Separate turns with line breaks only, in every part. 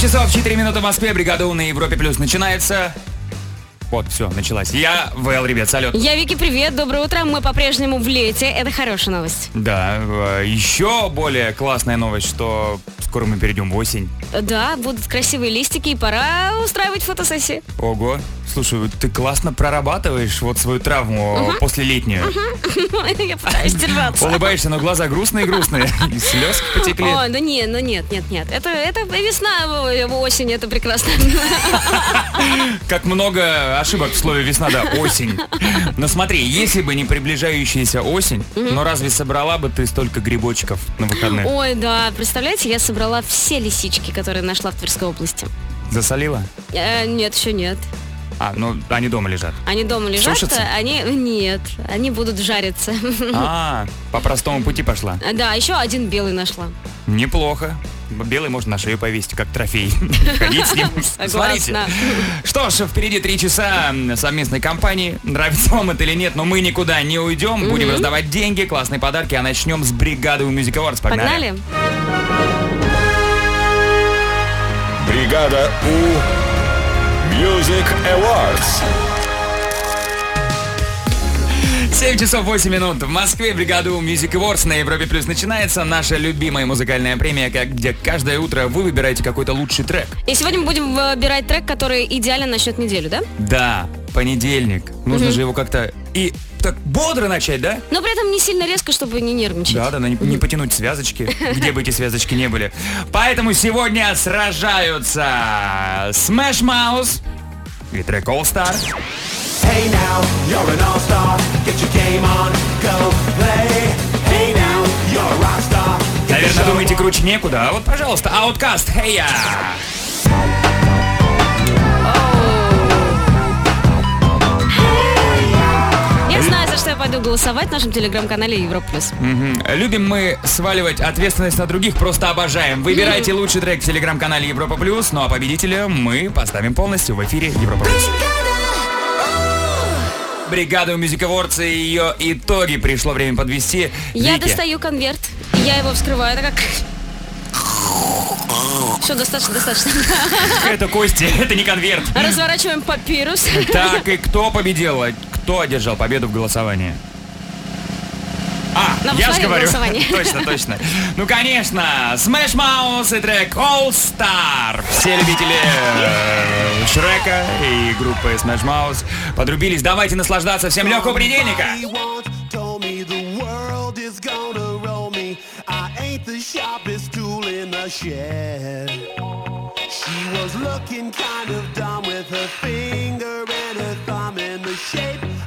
часов 4 минуты в Москве. Бригада У на Европе Плюс начинается. Вот, все, началась. Я, ВЛ, ребят, салют.
Я Вики, привет, доброе утро. Мы по-прежнему в лете. Это хорошая новость.
Да, э, еще более классная новость, что скоро мы перейдем в осень.
Да, будут красивые листики и пора устраивать фотосессии.
Ого, слушай, вот ты классно прорабатываешь вот свою травму э, послелетнюю.
Я пытаюсь держаться.
Улыбаешься, но глаза грустные-грустные. И слезки потекли.
О, ну не, ну нет, нет, нет. Это, это весна, о, осень, это прекрасно.
Как много ошибок в слове весна, да, осень. Но смотри, если бы не приближающаяся осень, но разве собрала бы ты столько грибочков на выходных?
Ой, да, представляете, я собрала все лисички, которые нашла в Тверской области.
Засолила?
Э, нет, еще нет.
А, ну они дома лежат.
Они дома лежат,
Сушатся?
а они... Нет, они будут жариться.
А, по простому пути пошла.
Да, еще один белый нашла.
Неплохо. Белый можно на шею повесить, как трофей. Ходить с ним.
Согласна.
Смотрите. Что ж, впереди три часа совместной компании. Нравится вам это или нет, но мы никуда не уйдем. Будем раздавать деньги, классные подарки, а начнем с бригады у Music Awards. Погнали.
Погнали?
Бригада У Music Awards.
7 часов 8 минут. В Москве бригаду у Music Awards на Европе Плюс начинается. Наша любимая музыкальная премия, как- где каждое утро вы выбираете какой-то лучший трек.
И сегодня мы будем выбирать трек, который идеально начнет неделю, да?
Да, понедельник. Нужно же его как-то и так бодро начать, да?
Но при этом не сильно резко, чтобы не нервничать.
Да, да, но не, не потянуть связочки, где бы эти связочки не были. Поэтому сегодня сражаются Smash Mouse и трек All Star,
Hey now, you're an all-star. Get your game on, go play. Hey now, you're a rock star. Get your
Наверное,
show
думаете,
on.
круче некуда. А вот, пожалуйста, Outcast, hey я!
Я знаю, за что я пойду голосовать в нашем телеграм-канале Европ Плюс.
Мгм. Любим мы сваливать ответственность на других, просто обожаем. Выбирайте лучший трек в телеграм-канале Европа Плюс, ну а победителя мы поставим полностью в эфире Европа Плюс. Бригада у Music Awards и ее итоги пришло время подвести.
Я
Вики,
достаю конверт, я его вскрываю, это как... Все, достаточно, достаточно.
Это Кости, это не конверт.
Разворачиваем папирус.
Так, и кто победил? Кто одержал победу в голосовании? А,
На
я же
голосование,
говорю.
голосование.
точно, точно. Ну, конечно, Smash Mouse и трек All Star. Все любители э, Шрека и группы Smash Mouse подрубились. Давайте наслаждаться всем легкого предельника.
Somebody once told me the world is gonna roll me. I ain't the sharpest tool in the shed. She was looking kind of dumb with her finger and her thumb in the shape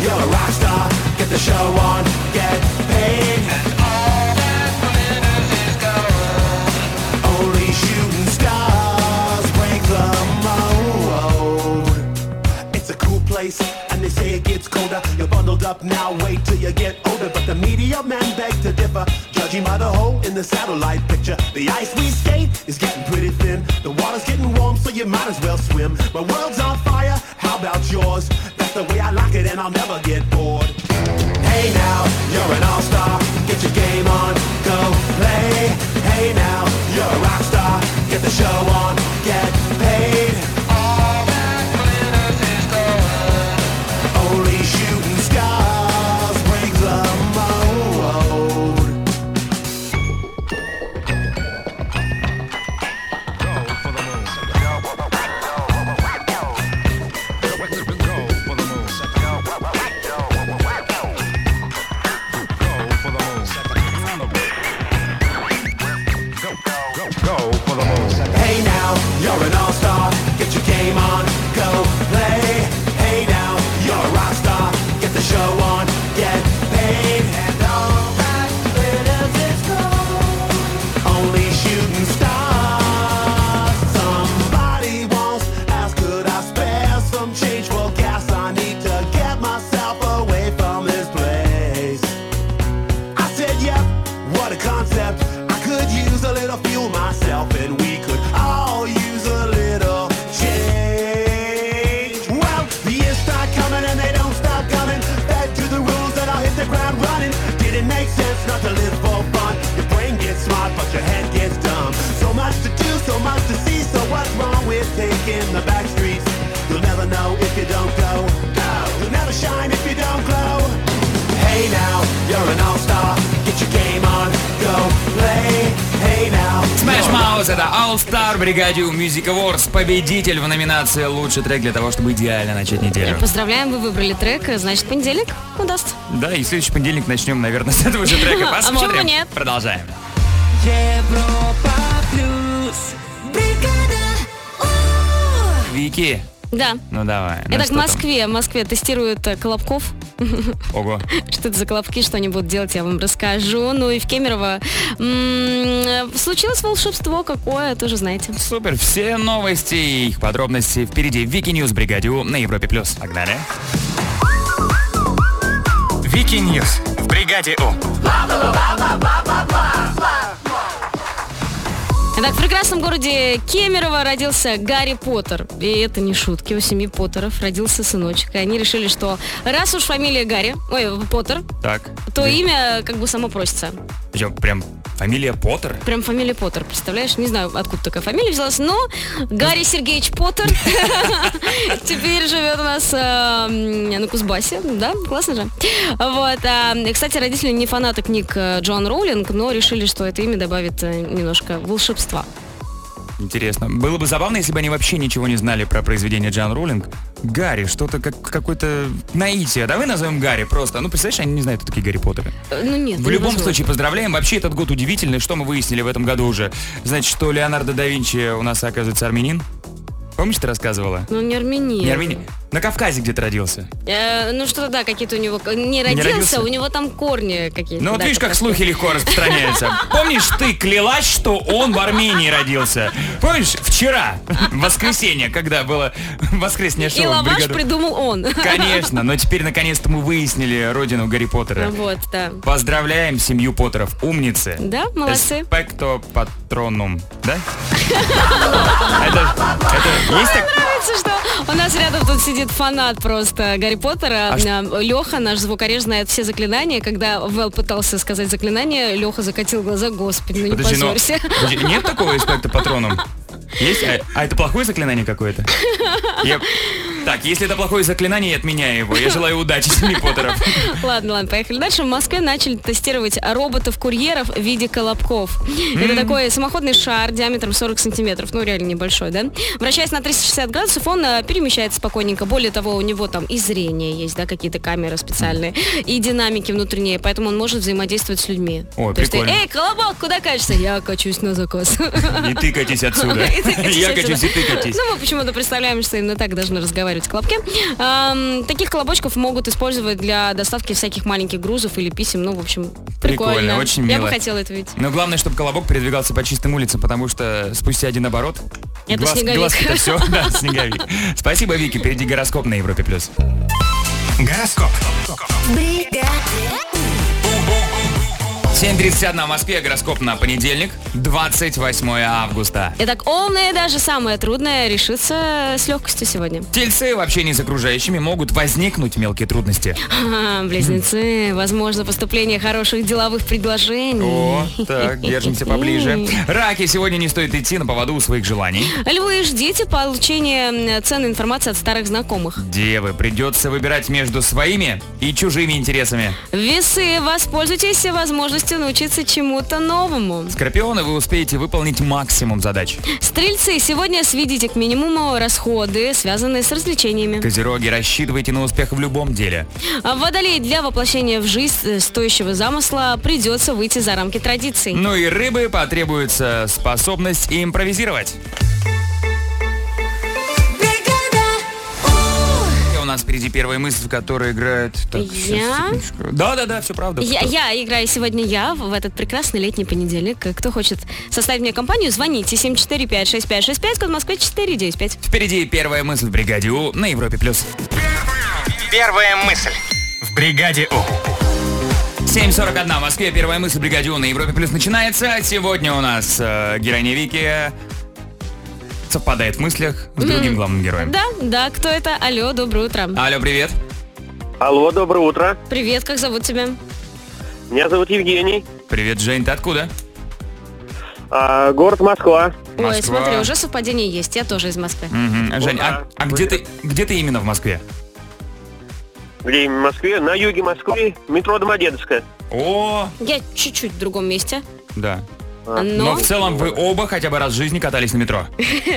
you're a rock star. Get the show on, get paid. Only shooting stars break the mold. It's a cool place, and they say it gets colder. You're bundled up now, wait till you get older. But the media men beg to differ, judging by the hole in the satellite picture. The ice we skate is getting pretty thin. The water's getting warm, so you might as well swim. My world's on fire, how about yours? That's the way I like it, and I'll never get bored. Hey now, you're an all-star. Get your game on, go play. Hey now, you're a rock star. Get the show on, get paid. Only shooting stars break the mold. Hey now, you're an
это All Star Brigadier Music Awards, победитель в номинации «Лучший трек для того, чтобы идеально начать неделю».
Поздравляем, вы выбрали трек, значит, понедельник удастся.
Да, и следующий понедельник начнем, наверное, с этого же трека.
А почему
Посмотрим.
нет?
Продолжаем.
Европа плюс. Бригада. У.
Вики,
Да.
ну давай. ну
Итак, в
что там?
Москве, в Москве тестируют э, Колобков.
Ого.
Что это за колобки, что они будут делать, я вам расскажу. Ну и в Кемерово м, э, случилось волшебство какое, тоже знаете.
Супер, все новости и их подробности впереди. Вики Ньюс Бригадю на Европе+. плюс. Погнали.
Вики Ньюс в бригаде У.
Итак, в прекрасном городе Кемерово родился Гарри Поттер. И это не шутки, у семьи Поттеров родился сыночек. И они решили, что раз уж фамилия Гарри, ой, Поттер,
Так.
то
Ты-
имя как бы само просится.
Причем прям фамилия Поттер?
Прям фамилия Поттер, представляешь? Не знаю, откуда такая фамилия взялась, но Гарри Сергеевич Поттер теперь живет у нас э, м, на Кузбассе, да, классно же. Вот, а, кстати, родители не фанаты книг э, Джоан Роулинг, но решили, что это имя добавит э, немножко волшебства.
Интересно. Было бы забавно, если бы они вообще ничего не знали про произведение Джан Роллинг. Гарри, что-то как какое-то наитие. Давай назовем Гарри просто. Ну, представляешь, они не знают, кто такие Гарри Поттеры.
Э, Ну нет,
В любом
невозможно.
случае, поздравляем. Вообще, этот год удивительный. Что мы выяснили в этом году уже? Значит, что Леонардо да Винчи у нас, оказывается, армянин. Помнишь, ты рассказывала?
Ну не Армения.
Не армянин. На Кавказе где-то родился.
Э, ну что-то да, какие-то у него не родился,
родился?
у него там корни какие-то.
Ну вот
да,
видишь, как
кавказские.
слухи легко распространяются. Помнишь, ты клялась, что он в Армении родился? Помнишь, вчера, в воскресенье, когда было воскресное шоу
И
в
лаваш
бригаду?
придумал он.
Конечно, но теперь наконец-то мы выяснили родину Гарри Поттера.
Вот, да.
Поздравляем семью Поттеров, умницы.
Да, молодцы.
Спекто патронум, да? Это, это есть так?
Нравится, что у нас рядом тут сидит фанат просто Гарри Поттера.
А
Леха, наш звукореж, знает все заклинания. Когда Вэл пытался сказать заклинание, Леха закатил глаза, господи, ну не
Подожди, но-
позорься.
подожди, нет такого эспекта патроном? Есть? А, а это плохое заклинание какое-то? Я- Так, если это плохое заклинание, я отменяю его. Я желаю удачи семье Поттеров.
Ладно, ладно, поехали дальше. В Москве начали тестировать роботов-курьеров в виде колобков. Это такой самоходный шар диаметром 40 сантиметров. Ну, реально небольшой, да? Вращаясь на 360 градусов, он э, перемещается спокойненько. Более того, у него там и зрение есть, да, какие-то камеры специальные, и динамики внутренние, поэтому он может взаимодействовать с людьми.
Ой,
То есть ты,
прикольно.
Эй, колобок, куда качешься? Я качусь на заказ.
И ты катись отсюда.
И ты катись
Я
отсюда.
катюсь, и ты катись.
Ну, мы почему-то представляем, что именно так должны разговаривать колобки. Эм, таких колобочков могут использовать для доставки всяких маленьких грузов или писем. Ну, в общем, прикольно.
Прикольно, очень
Я
мило.
бы хотела это видеть.
Но главное, чтобы колобок передвигался по чистым улицам, потому что спустя один оборот...
Это снеговик.
это все, да, снеговик. Спасибо, Вики, впереди гороскоп на Европе+. плюс.
Гороскоп.
Бригада.
7.31 в Москве, гороскоп на понедельник, 28 августа.
Итак, умное, даже самое трудное, решится с легкостью сегодня.
Тельцы в общении с окружающими могут возникнуть мелкие трудности.
Ага, близнецы, возможно, поступление хороших деловых предложений.
О, так, держимся поближе. Раки, сегодня не стоит идти на поводу у своих желаний.
Львы, ждите получения м, ценной информации от старых знакомых.
Девы, придется выбирать между своими и чужими интересами.
Весы, воспользуйтесь возможностью научиться чему-то новому.
Скорпионы, вы успеете выполнить максимум задач.
Стрельцы, сегодня сведите к минимуму расходы, связанные с развлечениями.
Козероги, рассчитывайте на успех в любом деле.
А Водолей, для воплощения в жизнь э, стоящего замысла придется выйти за рамки традиций.
Ну и рыбы потребуется способность импровизировать.
Бригада. У.
И У нас впереди первая мысль, в которой играет... так,
Я?
щас, секундочку. Да-да-да, все правда.
Я,
Кто?
я играю сегодня я в этот прекрасный летний понедельник. Кто хочет составить мне компанию, звоните 745-6565, код Москвы 495.
Впереди первая мысль в бригаде У на Европе+. плюс.
Первая мысль в бригаде У.
7.41 в Москве, первая мысль в бригаде У на Европе+. плюс начинается. Сегодня у нас э, героиня Вики совпадает в мыслях с другим главным героем.
Да, да, кто это? Алло, доброе утро.
Алло, привет.
Алло, доброе утро.
А.
Привет, как зовут тебя?
Меня зовут Евгений.
Привет, Жень, ты откуда?
А, город Москва.
Ой,
Москва.
смотри, уже совпадение есть, я тоже из Москвы.
Мгм. Жень, а,
Ура.
а где, ты, где ты именно в Москве?
Где именно в Москве? На юге Москвы. Метро Домодедовская.
О,
Я чуть-чуть в другом месте.
да. Но
Но,
в целом вы оба хотя бы раз в жизни катались на метро.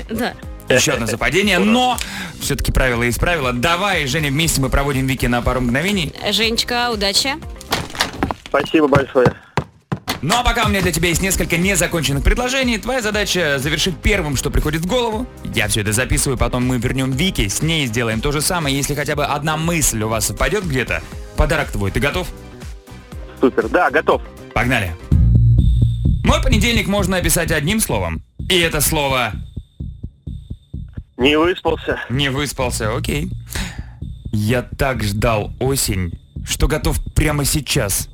да.
Еще одно совпадение, но все-таки правило есть правило. Давай, Женя, вместе мы проводим Вики на пару мгновений.
Женечка, удачи.
Спасибо большое.
Ну а пока у меня для тебя есть несколько незаконченных предложений. Твоя задача завершить первым, что приходит в голову. Я все это записываю, потом мы вернем Вики, с ней сделаем то же самое. Если хотя бы одна мысль у вас совпадет где-то, подарок твой. Ты готов?
Супер. Да, готов.
Погнали. Мой понедельник можно описать одним словом. И это слово
Не выспался.
Не выспался, окей. Я так ждал осень, что готов прямо сейчас.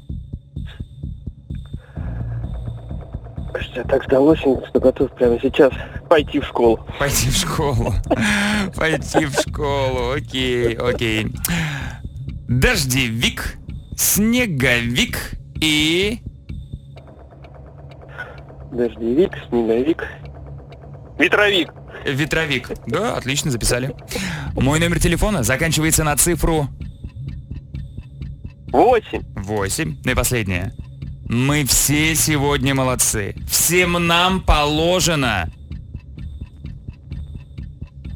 Я так ждал осень, что готов прямо сейчас пойти в школу.
Пойти в школу. Пойти в школу, окей, окей. Дождевик, снеговик и...
Дождевик, снеговик. Ветровик.
Ветровик. Да, отлично, записали. Мой номер телефона заканчивается на цифру
Восемь.
8. Ну и последнее. Мы все сегодня молодцы. Всем нам положено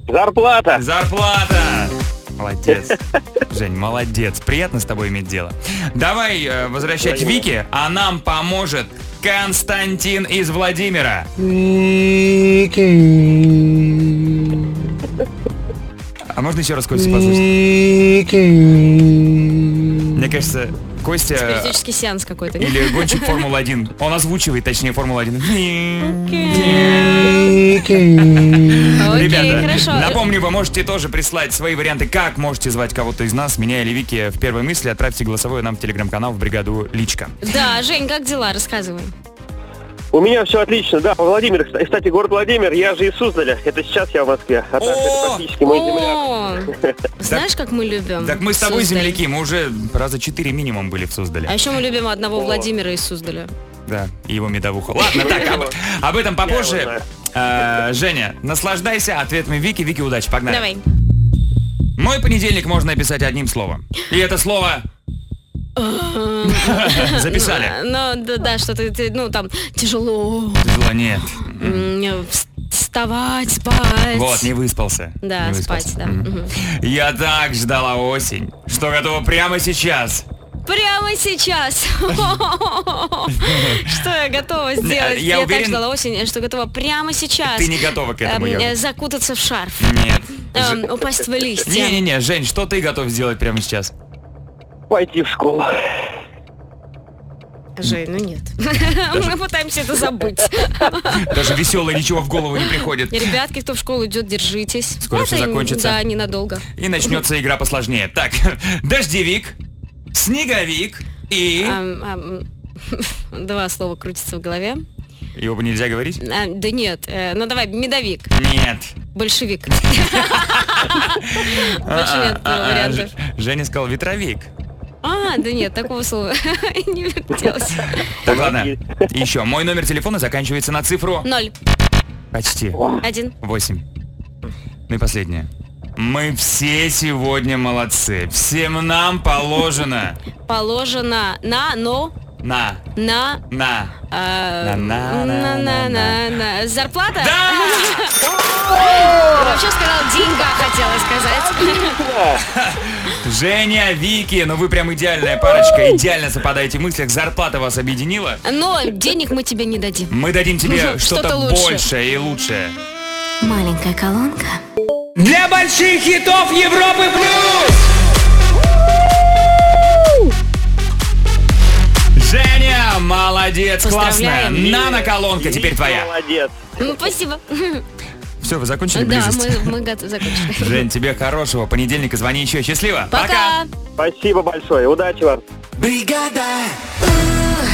Зарплата.
Зарплата! Молодец. Жень, молодец. Приятно с тобой иметь дело. Давай э, возвращать Вики, а нам поможет Константин из Владимира. А можно еще раз Костя послушать? Мне кажется, Костя
Спиритический сеанс какой-то. нет?
или гонщик Формулы-1. Он озвучивает, точнее, Формулу-1.
Окей,
Ребята,
хорошо.
напомню, вы можете тоже прислать свои варианты, как можете звать кого-то из нас, меня или Вики, в первой мысли. Отправьте голосовое нам в телеграм-канал в бригаду Личка.
Да, Жень, как дела? Рассказывай.
У меня все отлично, да, по Владимир. Кстати, город Владимир, я же из Суздаля. Это сейчас я в Москве. А так
О!
это практически мой земляк.
О, Знаешь, как мы любим?
Так мы с тобой
Суздаль?
земляки, мы уже раза четыре минимум были в Суздале.
А еще мы любим одного Владимира из Суздаля.
Да, и его медовуху. Ладно, так, об, об этом попозже.
знаю.
Э, Женя, наслаждайся ответами Вики. Вики, удачи, погнали.
Давай.
Мой понедельник можно описать одним словом. И это слово... Записали.
Ну, да, да, что-то, ты, ну, там, тяжело
Зло, Нет.
м, вс- вставать, спать.
Вот, не выспался.
Да,
Не
спать,
выспался.
да.
Мгм.
мгм.
Я так ждала осень, что готова прямо сейчас.
Прямо сейчас. Что я готова
я
сделать? Я так
уверен-
ждала осень, что готова прямо сейчас.
Ты не готова к этому,
эм,
Ева.
э, Закутаться в шарф.
Нет.
эм, Упасть в листья.
Не-не-не, Жень, что ты готов сделать прямо сейчас?
Пойти в школу.
А
Жень, ну нет. Мы пытаемся это забыть.
Даже веселое ничего в голову не приходит.
Ребятки, кто в школу идет, держитесь.
Скоро всё
Это,
закончится.
Да, ненадолго.
И начнется игра посложнее. Так, дождевик, снеговик и...
Ам, ам, Эм, Два слова крутятся в голове.
Его бы нельзя говорить?
А, да нет, э, ну давай, медовик,
Нет.
большевик. Больше нет
А, а,
вариантов.
Ж- Женя сказал ветровик.
А, да нет, такого слова не вертелось.
Так, ладно. Еще. Мой номер телефона заканчивается на цифру...
Ноль,
Почти.
один.
Восемь. Ну и последнее. Мы все сегодня молодцы. Всем нам положено
Положено на, но,
на,
на,
на.
а,
На- на- на- на-
на- на- Зарплата?
Да!
Я Вообще сказал, деньга хотела сказать.
Женя, Вики, ну вы прям идеальная парочка. Идеально совпадаете в мыслях. Зарплата вас объединила.
Но денег мы тебе не дадим.
Мы дадим тебе
Ну, Что-то
что-то
лучше.
большее и лучшее.
Маленькая колонка.
Для больших хитов Европы плюс! Женя, молодец, классная.
Поздравляем.
Нано-колонка теперь твоя.
Молодец.
Ну, Спасибо.
Все, вы закончили
Да,
близость?
мы, мы готовы закончили.
Жень, тебе хорошего понедельника, звони еще. Счастливо.
Пока.
Спасибо большое. Удачи вам.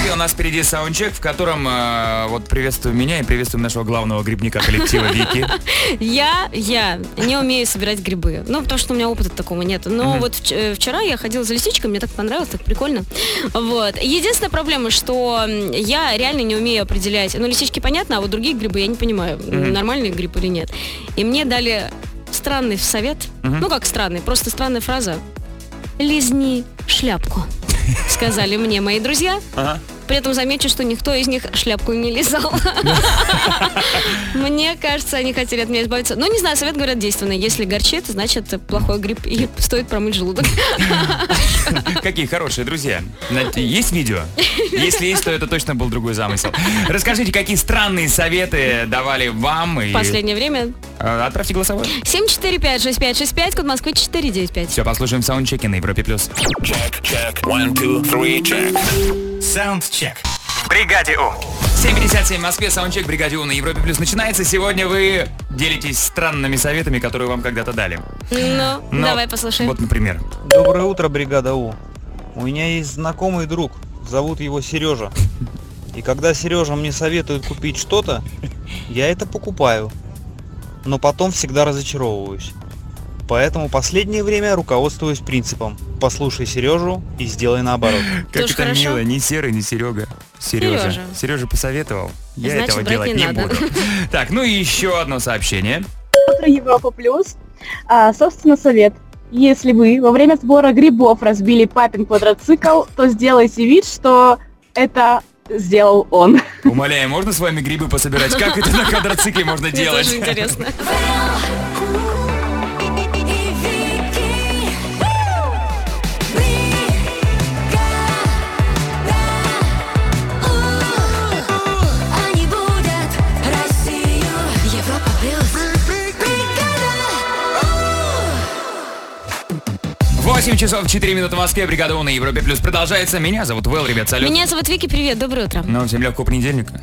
И у нас впереди саундчек, в котором э, вот приветствую меня и приветствуем нашего главного грибника коллектива Вики.
Я, я не умею собирать грибы. Ну, потому что у меня опыта такого нет. Но вот вч- э, вчера я ходила за лисичкой, мне так понравилось, так прикольно. Вот. Единственная проблема, что м, я реально не умею определять. Ну, лисички понятно, а вот другие грибы я не понимаю, нормальный гриб или нет. И мне дали странный совет. Ну, как странный, просто странная фраза. Лизни шляпку. Сказали мне мои друзья.
Ага.
При этом замечу, что никто из них шляпку не лизал. Мне кажется, они хотели от меня избавиться. Но не знаю, совет, говорят, действенный. Если горчит, значит, плохой грипп, и стоит промыть желудок.
Какие хорошие друзья. Знаете, Есть видео? Если есть, то это точно был другой замысел. Расскажите, какие странные советы давали вам и...
В последнее время.
Э, Отправьте голосовой.
7456565, код Москвы 495.
Все, послушаем саундчеки на Европе+. плюс.
Саундчек. В бригаде У.
7.57 в Москве, саундчек бригаде У на Европе+. плюс начинается. Сегодня вы делитесь странными советами, которые вам когда-то дали.
Ну,
Но-
давай послушаем.
Вот, например.
Доброе утро, бригада У. У меня есть знакомый друг, зовут его Сережа. И когда Сережа мне советует купить что-то, я это покупаю. Но потом всегда разочаровываюсь. Поэтому последнее время руководствуюсь принципом «послушай Сережу и сделай наоборот».
Как
Тоже
это
хорошо.
мило, ни Серый, ни Серега. Сережа.
Сережа.
Сережа посоветовал. Я
Значит,
этого
брать
делать
не
не
надо.
буду. Так, ну и еще одно сообщение.
Утро Европа Плюс. А, собственно, совет. Если вы во время сбора грибов разбили папин квадроцикл, то сделайте вид, что это сделал он.
Умоляю, можно с вами грибы пособирать? Как это на квадроцикле можно
Мне
делать?
тоже интересно.
Они будут Россию Европа плюс
8 часов 4 минуты в Москве, бригада У на Европе Плюс продолжается. Меня зовут Вэл, ребят, салют.
Меня зовут Вики, привет, доброе утро.
Ну, всем легкого понедельника.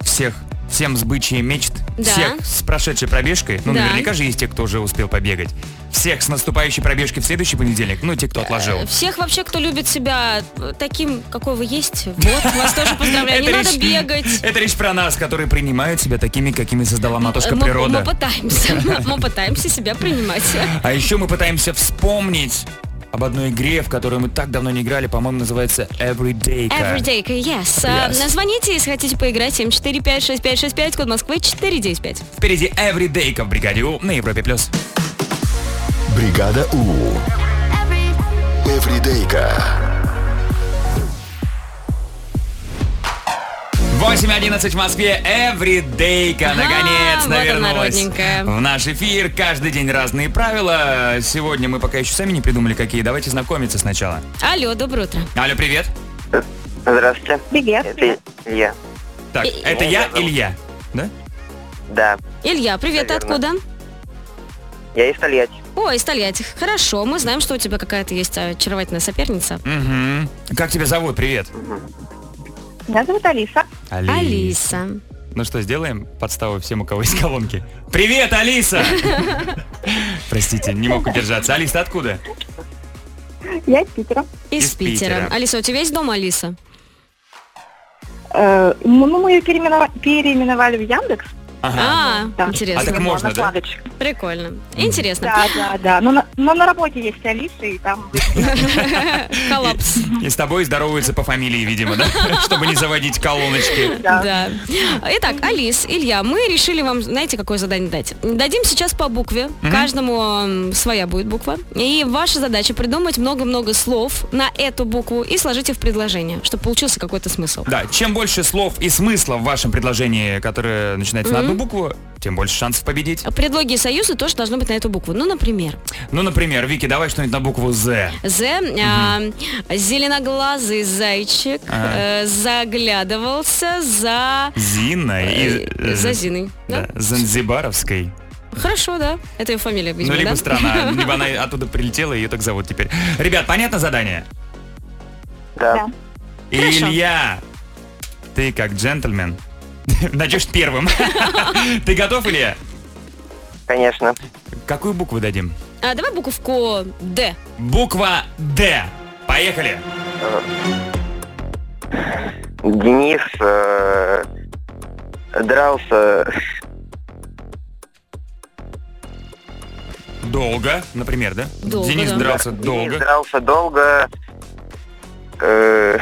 Всех, всем с бычьей мечт.
Да.
Всех с прошедшей пробежкой. Ну,
Да.
наверняка же есть те, кто уже успел побегать. Всех с наступающей пробежкой в следующий понедельник. Ну, те, кто отложил.
Всех вообще, кто любит себя э, таким, какой вы есть, вот, вас тоже поздравляю. Не
Это
надо
речь-
бегать.
Это речь про нас, которые принимают себя такими, какими создала матушка
Мы- Мы
природа.
пытаемся, мы пытаемся себя принимать.
А еще мы пытаемся вспомнить об одной игре, в которую мы так давно не играли, по-моему, называется Everyday.
Everydayка, yes. А,
Yes.
Звоните, если хотите поиграть, 7456565, код Москвы 495.
Впереди Everydayка в бригаде У на Европе плюс.
Бригада У. Эвридейка.
8.11 в Москве. Everydayка. Наконец,
вот она,
навернулась.
родненькая.
в наш эфир. Каждый день разные правила. Сегодня мы пока еще сами не придумали, какие. Давайте знакомиться сначала.
Алло, доброе утро.
Алло, привет.
Здравствуйте.
Привет.
Это я.
Так,
И-
это я, Илья. Да?
Да.
Илья, привет, ты откуда?
Наверно. Я из Тольятти.
Ой, из Тольятти. Хорошо, мы знаем, что у тебя какая-то есть очаровательная соперница.
Мгм. Как тебя зовут? Привет.
Меня зовут Алиса.
Алиса.
Ну что, сделаем подставу всем, у кого есть колонки? Привет, Алиса! Простите, не мог удержаться. Алис, ты откуда?
Я из Питера.
Из,
Из
Питера.
Питера.
Алиса, у тебя есть дома, Алиса?
Э, ну, мы ее переименова- переименовали в Яндекс.
А,
Да.
А
интересно.
так можно, да?
Вкладочка.
Прикольно. Интересно.
Да, да, да. Но на, но на работе есть Алиса, и там...
Коллапс.
И с тобой здороваются по фамилии, видимо, да? Чтобы не заводить колоночки.
Да.
Да. Итак, Алис, Илья, мы решили вам, знаете, какое задание дать? Дадим сейчас по букве. Каждому м, своя будет буква. И ваша задача придумать много-много слов на эту букву и сложите в предложение, чтобы получился какой-то смысл.
Да, чем больше слов и смысла в вашем предложении, которое начинается на одну букву, тем больше шансов победить.
Предлоги и союзы тоже должны быть на эту букву. Ну, например,
Ну, например, Вики, давай что-нибудь на букву З.
З, а, зеленоглазый зайчик
Ага.
э, заглядывался за...
Зина и... э,
за Зиной. Да?
Да, Занзибаровской.
Хорошо, да. Это ее фамилия,
Ну,
видимо,
либо
да?
страна, либо она оттуда прилетела, ее так зовут теперь. Ребят, понятно задание?
Да.
Хорошо.
Илья, ты как джентльмен начнешь первым. Ты готов, Илья?
Конечно.
Какую букву дадим?
А, давай буковку Д.
Буква Д. Поехали.
Денис э, дрался.
Долго, например, да?
Долго,
Денис
да.
дрался
Денис
долго.
дрался долго. э,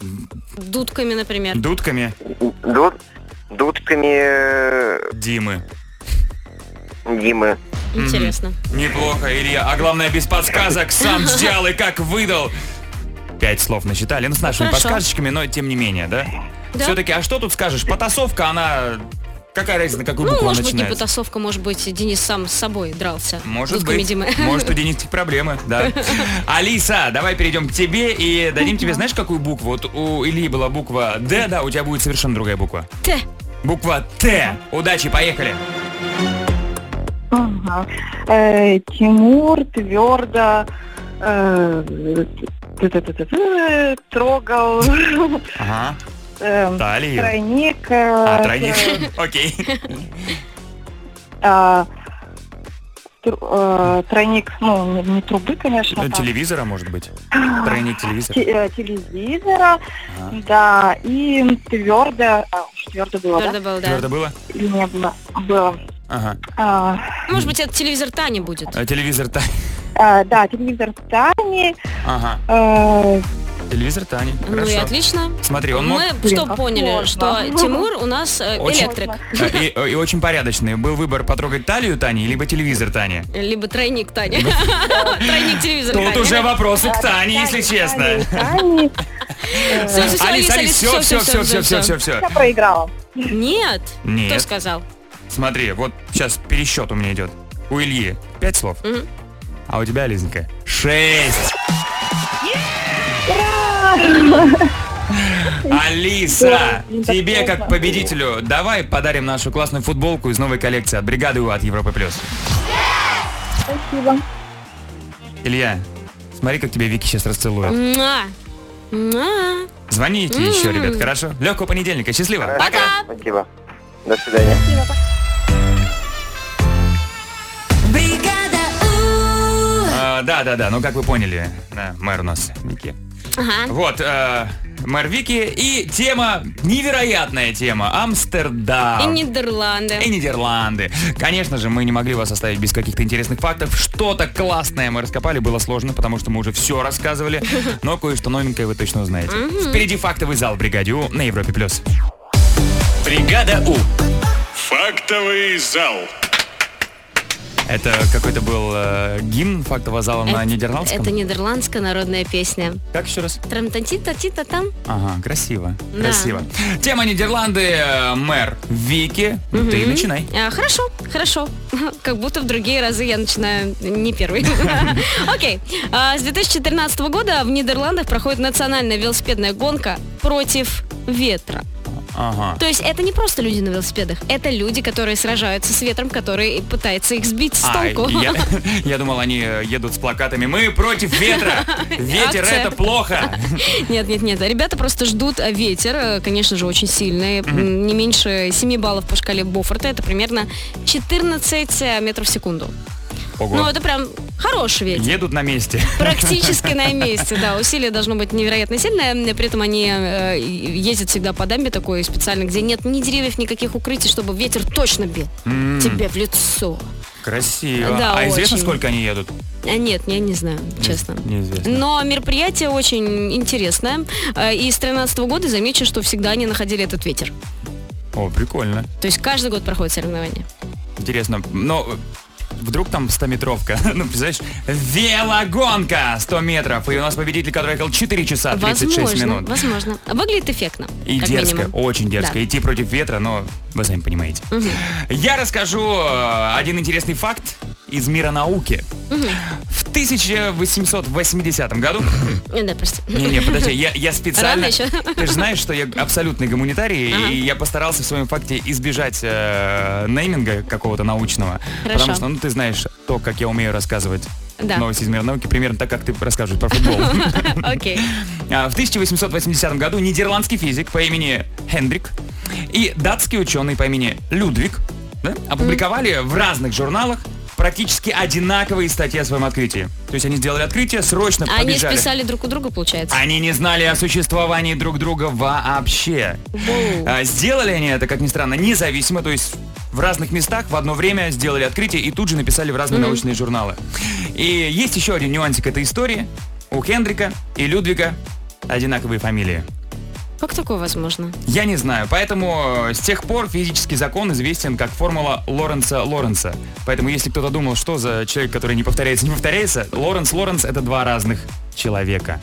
Дудками, например.
Дудками
дуд- дудками э,
Димы.
Димы.
Интересно.
Ну, Неплохо, Илья. А главное, без подсказок сам взял и как выдал. пять слов насчитали. Ну, с нашими
Хорошо.
подсказочками, но тем не менее, да?
Да.
Все-таки, а что тут скажешь? Потасовка, она... Какая разница, на какую
Ну,
букву она
может быть, не
начинается?
потасовка, может быть, Денис сам с собой дрался.
Может
Дудками
быть.
Димы.
Может, у Дениски проблемы, да. Алиса, давай перейдем к тебе и дадим тебе, знаешь, какую букву? Вот у Ильи была буква Д, да, у тебя будет совершенно другая буква.
Т.
Буква Т. Удачи, поехали.
Ага. Э, Тимур твердо э, т-т-т-т-т, трогал
Ага.
эм,
Талию.
тройник.
А,
э,
тройник.
э,
Окей.
а, тру- э, Тройник, ну, не- не трубы, конечно.
Ну,
там.
Телевизора, может быть. Тройник
Те-
телевизора.
э, телевизора,
Ага.
да, и твердо, а, уж твердо было,
Твердо
да?
был, да.
Твердо было?
Или не было? Было.
Ага.
А,
Ну, Может быть, это телевизор Тани будет.
А, Телевизор Тани.
а, да, телевизор Тани.
Ага.
э,
Телевизор Тани.
Ну и
Хорошо.
отлично.
Смотри, он мог...
Мы
Блин,
что
как
поняли,
сложно.
что Тимур у нас э,
Очень.
электрик.
Э, И, и очень порядочный. Был выбор потрогать талию Тани, либо телевизор Тани.
Либо тройник Тани. Тройник телевизора
Тут уже вопросы к Тане, если честно.
Тани.
Все, все, все,
Алис,
Алиса,
Алис, все, все, все, все, все, все, все.
Я проиграла.
Нет.
Нет.
Кто сказал?
Смотри, вот сейчас пересчет у меня идет. У Ильи пять слов.
Мгм.
А у тебя, Лизенька, шесть. Алиса,
Да,
тебе
интересно.
как победителю давай подарим нашу классную футболку из новой коллекции от бригады У от Европы плюс.
Спасибо.
Илья, смотри, как тебя Вики сейчас расцелует.
Муа. Муа.
Звоните еще,
М.
ребят, хорошо? Легкого понедельника, счастливо.
Пока.
Спасибо. До свидания.
Бригада У.
А, да, да, да, ну как вы поняли, да, мэр у нас Вики.
Ага.
Вот, э, мэр Вики и тема, невероятная тема,
И
Амстердам. И
Нидерланды.
Нидерланды. Конечно же, мы не могли вас оставить без каких-то интересных фактов. Что-то классное мы раскопали, было сложно, потому что мы уже все рассказывали, но кое-что новенькое вы точно узнаете. Впереди фактовый зал Бригаде У на Европе+. плюс. Бригада У.
Фактовый зал.
Это какой-то был э, гимн фактового зала А, на
Это-
нидерландском?
Это нидерландская народная песня.
Как еще раз?
трам та ти та ти та там
Ага, красиво,
Да.
красиво. Тема Нидерланды, э, мэр Вики, Ну ты начинай.
А, хорошо, хорошо. Как будто в другие разы я начинаю не первый. Окей. А, С 2014 года в Нидерландах проходит национальная велосипедная гонка против ветра.
Ага.
То есть это не просто люди на велосипедах, это люди, которые сражаются с ветром, который пытается их сбить с
А,
толку.
я, я думал, они э, едут с плакатами «Мы против ветра! Ветер
Акция.
это плохо!»
Нет, нет, нет. Ребята просто ждут э, ветер, э, конечно же, очень сильный. М, Не меньше 7 баллов по шкале Боффорта. Это примерно 14 метров в секунду.
Ого.
Ну, это прям хороший ветер.
Едут на месте.
Практически на месте, да. Усилие должно быть невероятно сильное. м, При этом они э, ездят всегда по дамбе такой специально, где нет ни деревьев, никаких укрытий, чтобы ветер точно бил
М,
тебе в лицо.
Красиво.
Да,
а известно,
очень.
сколько они едут?
А нет, я не знаю, честно.
Неизвестно.
Но мероприятие очень интересное. Э, И с 13 года замечу, что всегда они находили этот ветер.
О, прикольно.
То есть каждый год проходят соревнования.
Интересно, но э, вдруг там 100-метровка? Ну, представляешь, велогонка 100 метров. И у нас победитель, который ехал 4 часа 36
возможно,
А минут.
возможно. Выглядит эффектно.
И
как
дерзко,
минимум.
очень дерзко.
Да.
Идти против ветра, но вы сами понимаете. Я расскажу э, один интересный факт из мира науки. В 1880 году...
Э, Да, прости.
Не-не, подожди, я, я специально...
Рано еще.
Ты же знаешь, что я абсолютный гуманитарий, и я постарался в своем факте избежать э, нейминга какого-то научного. Потому
Хорошо.
что, ну, ты знаешь то, как я умею рассказывать
Да.
новости из мира науки, примерно так, как ты рассказываешь про футбол.
Окей.
А, В 1880 году нидерландский физик по имени Хендрик и датский ученый по имени Людвиг да, опубликовали в разных журналах практически одинаковые статьи о своем открытии. То есть они сделали открытие, срочно
Они
побежали.
списали друг у друга, получается.
Они не знали о существовании друг друга вообще.
Воу.
А, Сделали они это, как ни странно, независимо, то есть в разных местах в одно время сделали открытие и тут же написали в разные научные журналы. И есть еще один нюансик этой истории. У Хендрика и Людвига одинаковые фамилии. А
Как такое возможно?
Я не знаю, поэтому э, с тех пор физический закон известен как формула Лоренца Лоренца. Поэтому если кто-то думал, что за человек, который не повторяется, не повторяется, Лоренс Лоренс это два разных человека.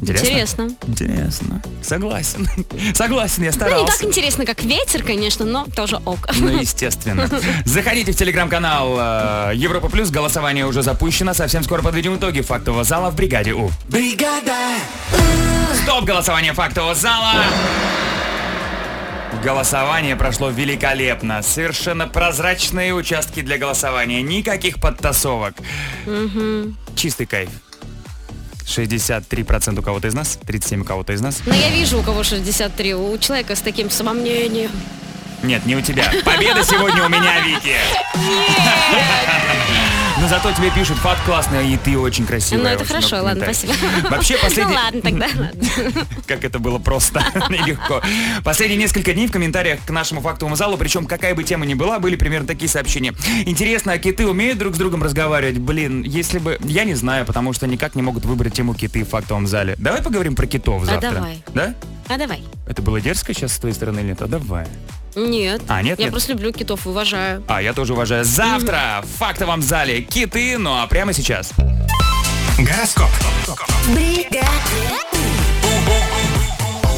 Интересно?
Интересно.
Интересно. Согласен. Согласен, я
Ну, не так
старался.
интересно, как ветер, конечно, но тоже ок.
Ну, естественно. Заходите в телеграм-канал э, Европа Плюс. Голосование уже запущено. Совсем скоро подведем итоги фактового зала в бригаде У.
Бригада!
Стоп голосование фактового зала. Голосование прошло великолепно. Совершенно прозрачные участки для голосования. Никаких подтасовок. Чистый кайф. 63% у кого-то из нас, 37% у кого-то из нас.
Но я вижу, у кого 63, у человека с таким самомнением.
Нет, не у тебя. Победа сегодня у меня, Вики. Но зато тебе пишут, факт классный, и ты очень красивая.
Ну, это
Очень
хорошо,
много
ладно,
комментариев.
спасибо.
Вообще, последний...
Ну, ладно, тогда ладно.
Как это было просто и легко. Последние несколько дней в комментариях к нашему фактовому залу, причем какая бы тема ни была, были примерно такие сообщения. Интересно, а киты умеют друг с другом разговаривать? Блин, если бы... Я не знаю, потому что никак не могут выбрать тему киты в фактовом зале. Давай поговорим про китов завтра.
давай.
Да?
А давай.
Это было дерзко сейчас с твоей стороны или нет? А давай.
Нет.
А, нет,
Я
нет.
просто люблю китов, уважаю.
А я тоже уважаю. Завтра в фактовом зале киты, ну а прямо сейчас. Гороскоп.
бригада,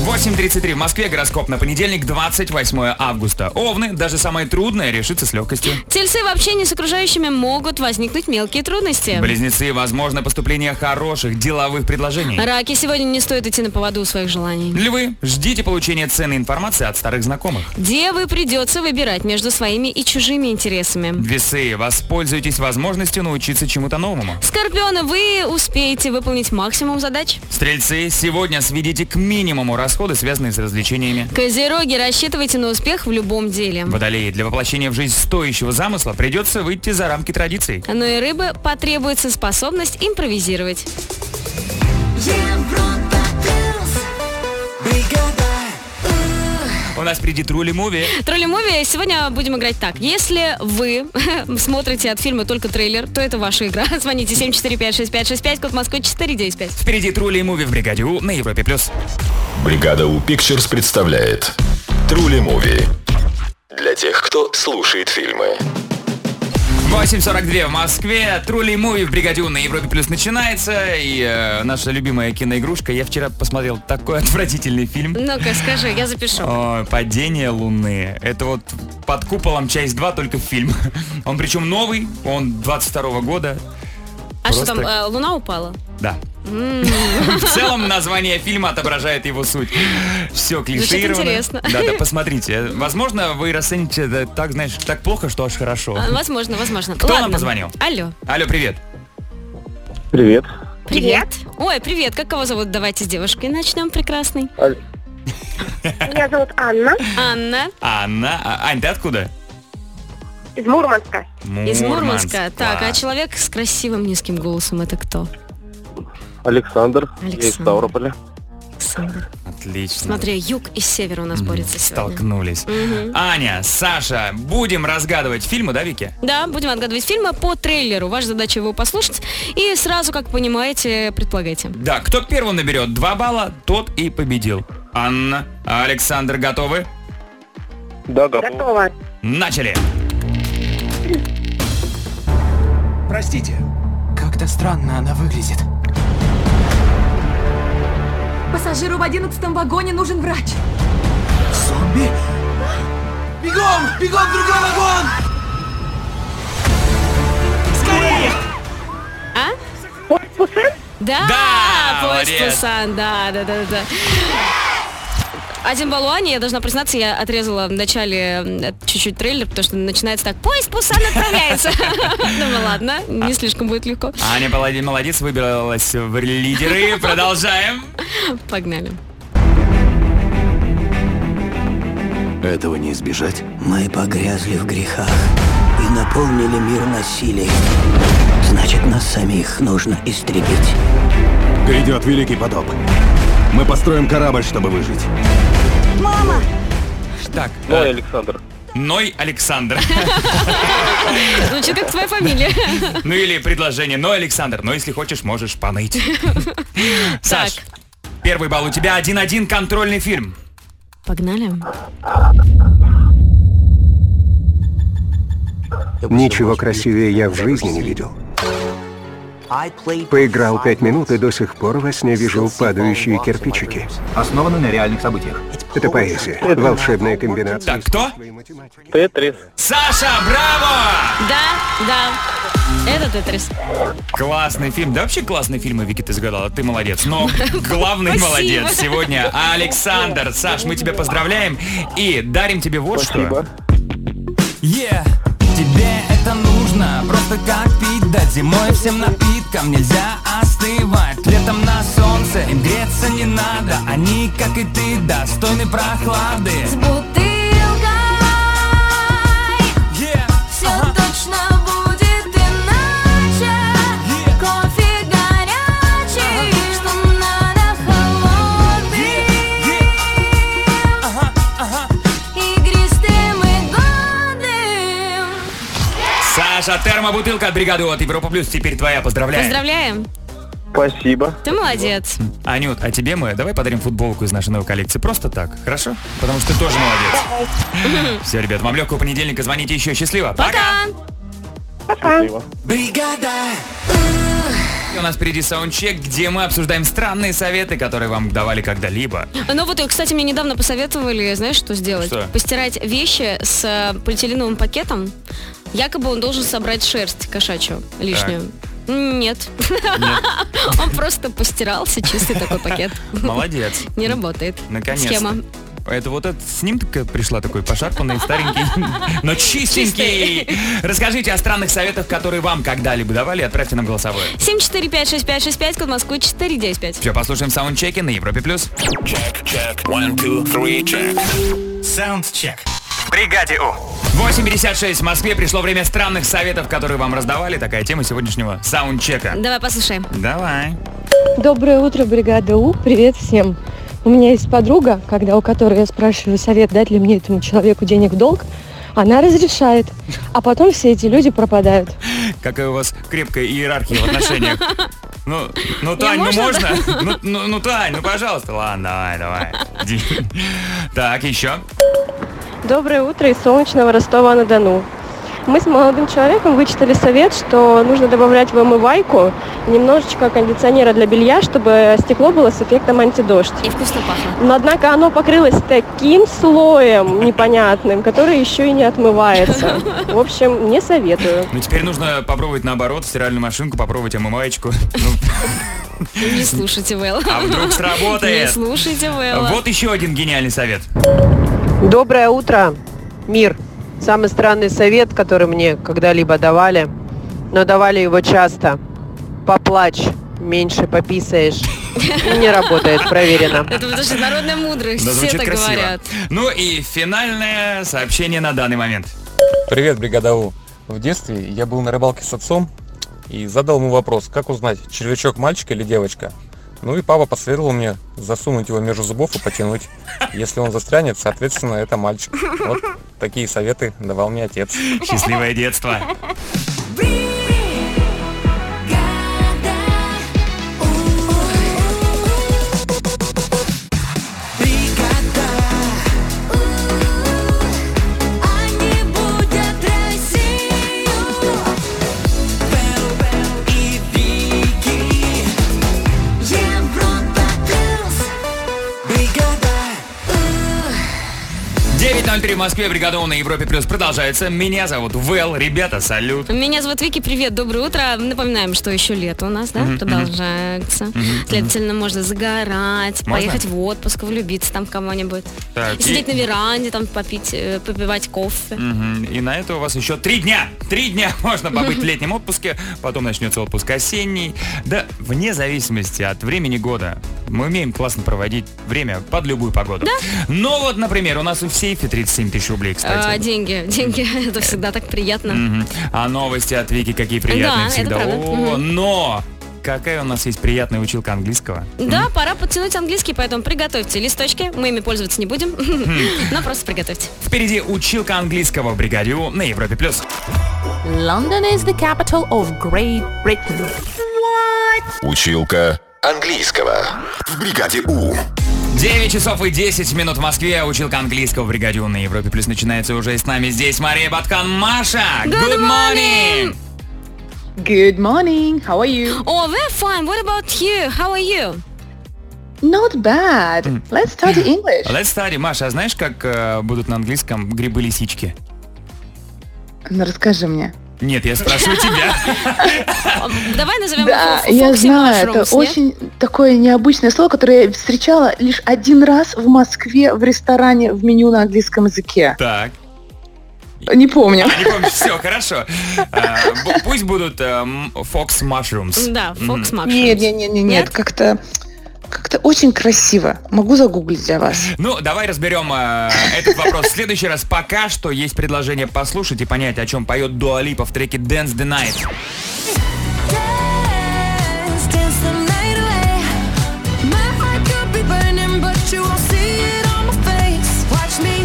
8.33 в Москве, гороскоп на понедельник, 28 августа. Овны, даже самое трудное, решится с легкостью.
Тельцы в общении с окружающими могут возникнуть мелкие трудности.
Близнецы, возможно, поступление хороших деловых предложений.
Раки сегодня не стоит идти на поводу у своих желаний.
Львы, ждите получения ценной информации от старых знакомых.
Девы придется выбирать между своими и чужими интересами.
Весы, воспользуйтесь возможностью научиться чему-то новому.
Скорпионы, вы успеете выполнить максимум задач.
Стрельцы, сегодня сведите к минимуму расходы, связанные с развлечениями.
Козероги, рассчитывайте на успех в любом деле.
Водолеи, для воплощения в жизнь стоящего замысла придется выйти за рамки традиций.
Но Ну и рыбы потребуется способность импровизировать.
Европа плюс,
Бригада!
У нас впереди Трули Муви.
Тролли муви сегодня будем играть так. Если вы смотрите от фильма только трейлер, то это ваша игра. Звоните 7456565, код Москвы 495.
Впереди Трули Муви в бригаде У на Европе плюс.
Бригада У Pictures представляет Трули Муви. Для тех, кто слушает фильмы.
8.42 в Москве. Трули Муви в бригаде У на Европе плюс начинается. И э, наша любимая киноигрушка. Я вчера посмотрел такой отвратительный фильм.
Ну-ка, скажи, я запишу.
Ой, падение Луны. Это вот под куполом часть 2, только фильм. Он причем новый, он 22 года.
А что там,
просто-
э, луна упала?
Да. В целом название фильма отображает его суть. Все клишировано.
интересно.
Да, да, посмотрите. Возможно, вы расцените это так, знаешь, так плохо, что аж хорошо.
А, Возможно, возможно.
Кто нам
Ладно.
позвонил?
Алло.
Алло, привет.
Привет.
Привет. Ой, привет. Как кого зовут? Давайте с девушкой начнем. Прекрасный.
Меня зовут Анна
Анна
Анна. А- Ань, ты откуда?
из Мурманска.
из Мурманска.
Мурманск.
Так, а
Класс.
человек с красивым низким голосом это кто?
Александр. Я из
Александр.
Ставрополя.
Александр.
Отлично.
Смотри, юг и север у нас борются сегодня.
Столкнулись. Аня, Саша, будем разгадывать фильмы, да, Вики?
Да, будем отгадывать фильмы по трейлеру. Ваша задача его послушать и сразу, как понимаете, предполагайте.
Да, кто первым наберет два балла, тот и победил. Анна, Александр, готовы?
Да, готов.
Готова.
Начали.
Простите. Как-то странно она выглядит.
Пассажиру в одиннадцатом вагоне нужен врач.
Зомби? Бегом! Бегом в другой вагон! Скорее!
А? Да,
Да,
поезд
молодец.
Пусан, да, да, да, да. Один балл у Ани, я должна признаться, я отрезала в начале м, чуть-чуть трейлер, потому что начинается так, поезд Пусан отправляется. Думаю, ладно, не слишком будет легко.
Аня молоде- молодец, выбралась в лидеры. Продолжаем.
Погнали.
Этого не избежать. Мы погрязли в грехах и наполнили мир насилием. Значит, нас самих нужно истребить.
Грядет великий потоп. Мы построим корабль, чтобы выжить.
Так.
Ной Александр.
Ной Александр.
Звучит как твоя фамилия.
Ну или предложение Ной Александр. Но если хочешь, можешь поныть. Саш, первый балл у тебя 1-1 контрольный фильм.
Погнали.
Ничего красивее я в жизни не видел. Поиграл пять минут и до сих пор во сне вижу падающие кирпичики.
Основано на реальных событиях.
Это поэзия. Волшебная комбинация.
Так, кто?
Тетрис.
Саша, браво!
Да, да. Это Тетрис.
Классный фильм. Да вообще классные фильмы, Вики, ты загадала. Ты молодец. Но главный
Спасибо.
молодец сегодня Александр. Саш, мы тебя поздравляем и дарим тебе вот что.
Yeah. Тебе это нужно, просто как пить Да зимой всем напиткам нельзя остывать Летом на солнце им греться не надо Они, как и ты, достойны прохлады
С бутылкой Все точно будет иначе Кофе горячий, что надо холодный Игристым и годным
Саша, термобутылка от бригады от Европа Плюс теперь твоя. Поздравляем.
Поздравляем.
Спасибо.
Ты молодец.
Анют, а тебе мы давай подарим футболку из нашей новой коллекции. Просто так, хорошо? Потому что ты тоже молодец. Все, ребят, вам легкого понедельника. Звоните еще. Счастливо.
Пока.
А?
Бригада.
И У нас впереди саундчек, где мы обсуждаем странные советы, которые вам давали когда-либо.
Ну вот, и, кстати, мне недавно посоветовали, знаешь, что сделать?
Что?
Постирать вещи с э, полиэтиленовым пакетом. Якобы он должен собрать шерсть кошачью лишнюю. Нет. Он просто постирался, чистый такой пакет.
Молодец.
Не работает.
Наконец-то.
Схема.
Это вот этот, с ним такая пришла такой пошарпанный, старенький, но чистенький. Расскажите о странных советах, которые вам когда-либо давали, и отправьте нам голосовое.
7456565, код Москвы 495.
Все, послушаем саундчеки на Европе+. плюс.
Саундчек. Бригаде У.
8.56 в Москве. Пришло время странных советов, которые вам раздавали. Такая тема сегодняшнего саундчека.
Давай послушаем.
Давай.
Доброе утро, бригада У. Привет всем. У меня есть подруга, когда у которой я спрашиваю совет, дать ли мне этому человеку денег в долг, она разрешает. А потом все эти люди пропадают.
Какая у вас крепкая иерархия в отношениях. Ну, ну Тань, ну можно?
можно,
Ну, ну, ну, Тань, ну пожалуйста. Ладно, давай, давай. Иди. Так, еще.
Доброе утро из солнечного Ростова-на-Дону. Мы с молодым человеком вычитали совет, что нужно добавлять в омывайку немножечко кондиционера для белья, чтобы стекло было с эффектом антидождь.
И вкусно пахнет.
Но однако оно покрылось таким слоем непонятным, который еще и не отмывается. В общем, не советую.
Ну, теперь нужно попробовать наоборот, стиральную машинку, попробовать омываечку. Ну,
Не слушайте Вэлла.
А вдруг сработает?
Не слушайте Вэлла.
Ну, вот еще один гениальный совет.
Доброе утро, мир. Самый странный совет, который мне когда-либо давали, но давали его часто. Поплачь, меньше пописаешь. Не работает, проверено.
Это потому что народная мудрость,
Да,
все
звучит
так
красиво.
говорят.
Ну и финальное сообщение на данный момент.
Привет, бригада У. В детстве я был на рыбалке с отцом и задал ему вопрос, как узнать, червячок мальчик или девочка. Ну и папа посоветовал мне засунуть его между зубов и потянуть. Если он застрянет, соответственно, это мальчик. Вот такие советы давал мне отец.
Счастливое детство.
Они будут Россию Бел-Бел и Вики Европа плюс Бригада
9.03 в Москве, бригада «У» на Европе Плюс продолжается. Меня зовут Вэл, ребята, салют.
Меня зовут Вики, привет, доброе утро. Напоминаем, что еще лето у нас, да,
Мгм,
продолжается.
мгм.
Следовательно, можно загорать,
Можно?
поехать в отпуск, влюбиться там в кого-нибудь.
Так,
И Сидеть
и-
на веранде, там попить, э, попивать кофе.
Мгм. И на это у вас еще три дня. Три дня можно побыть в летнем отпуске, потом начнется отпуск осенний. Да, вне зависимости от времени года, мы умеем классно проводить время под любую погоду. Но вот, например, у нас в сейфе 37 тысяч рублей,
А,
кстати.
деньги, деньги, это всегда так приятно.
Мгм. А новости от Вики какие приятные
Да, это
всегда.
правда.
О,
Мгм.
но какая у нас есть приятная училка английского.
Да, пора подтянуть английский, поэтому приготовьте листочки. Мы ими пользоваться не будем, но просто приготовьте.
Впереди училка английского в бригаде У» на Европе плюс.
London is the capital of Great Britain.
Училка английского в бригаде У.
9 часов и 10 минут в Москве. Училка английского в бригаде «У» на Европе плюс начинается уже и с нами здесь Мария Баткан Маша.
Good morning!
Good morning. How are you?
Oh, we're fine. What about you? How are you?
Not bad. Let's study English.
Let's study. Маша, а знаешь, как э, будут на английском грибы-лисички?
Ну расскажи мне.
Нет, я спрашиваю тебя.
Давай назовем
Да,
его
я
Foxy
знаю, это
Mushrooms, нет?
очень такое необычное слово, которое я встречала лишь один раз в Москве в ресторане в меню на английском языке.
Так.
Не помню.
Не помнишь, все, хорошо. А, бу- Пусть будут эм, Fox Mushrooms.
Да, Fox
Мгм.
Нет, нет, нет, нет, нет, как-то как-то очень красиво. Могу загуглить для вас.
Ну, давай разберем э, этот вопрос в следующий раз. Пока что есть предложение послушать и понять, о чем поет Дуалипа в треке Dance the Night.
Dance the night away. My heart could be burning, but you won't see it on my face. Watch me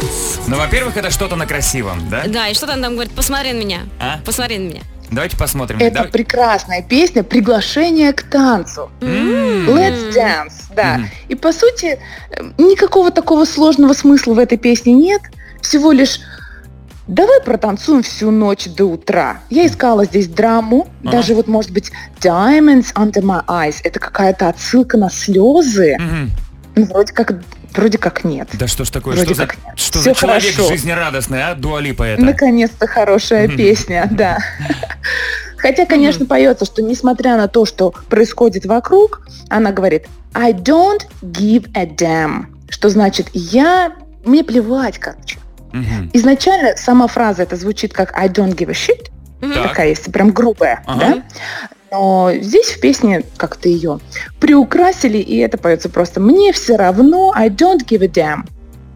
dance.
Ну, во-первых, это что-то на красивом, да?
Да, и что там там говорит? Посмотри на меня.
А?
Посмотри на меня.
Давайте посмотрим.
Это
Давай-
прекрасная песня «Приглашение к танцу». Let's dance, да. И по сути э, никакого такого сложного смысла в этой песне нет. Всего лишь давай протанцуем всю ночь до утра. Я искала здесь драму,
Ага.
даже вот может быть Diamonds Under My Eyes. Это какая-то отсылка на слезы.
Мгм.
Ну, вроде как, вроде как нет.
Да что ж такое,
Вроде
что за,
как
что
Всё
за человек
хорошо.
жизнерадостный, а, Дуалипа это?
Наконец-то хорошая песня, да. Хотя, конечно, поется, что несмотря на то, что происходит вокруг, она говорит I don't give a damn, что значит я мне плевать, короче.
Мгм.
Изначально сама фраза это звучит как I don't give a shit,
Так.
такая если прям грубая,
Ага.
да? Но здесь в песне как-то ее приукрасили, и это поется просто «Мне все равно, I don't give a damn».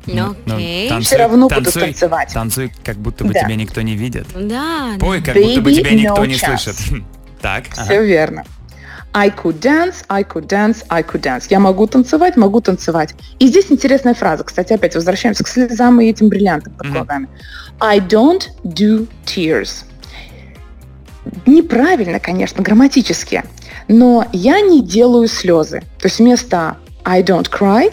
Ну,
Ну,
окей.
танцуй-
Все равно буду
танцуй-
танцевать.
Танцуй, как будто бы
Да.
тебя никто не видит.
Да.
Пой, как будто бы
Baby,
тебя никто
no
не
chance.
слышит. Так. ага.
Все верно. I could dance, I could dance, I could dance. Я могу танцевать, могу танцевать. И здесь интересная фраза. Кстати, опять возвращаемся к слезам и этим бриллиантам под глазами. I don't do tears. Неправильно, конечно, грамматически. Но я не делаю слезы. То есть вместо I don't cry,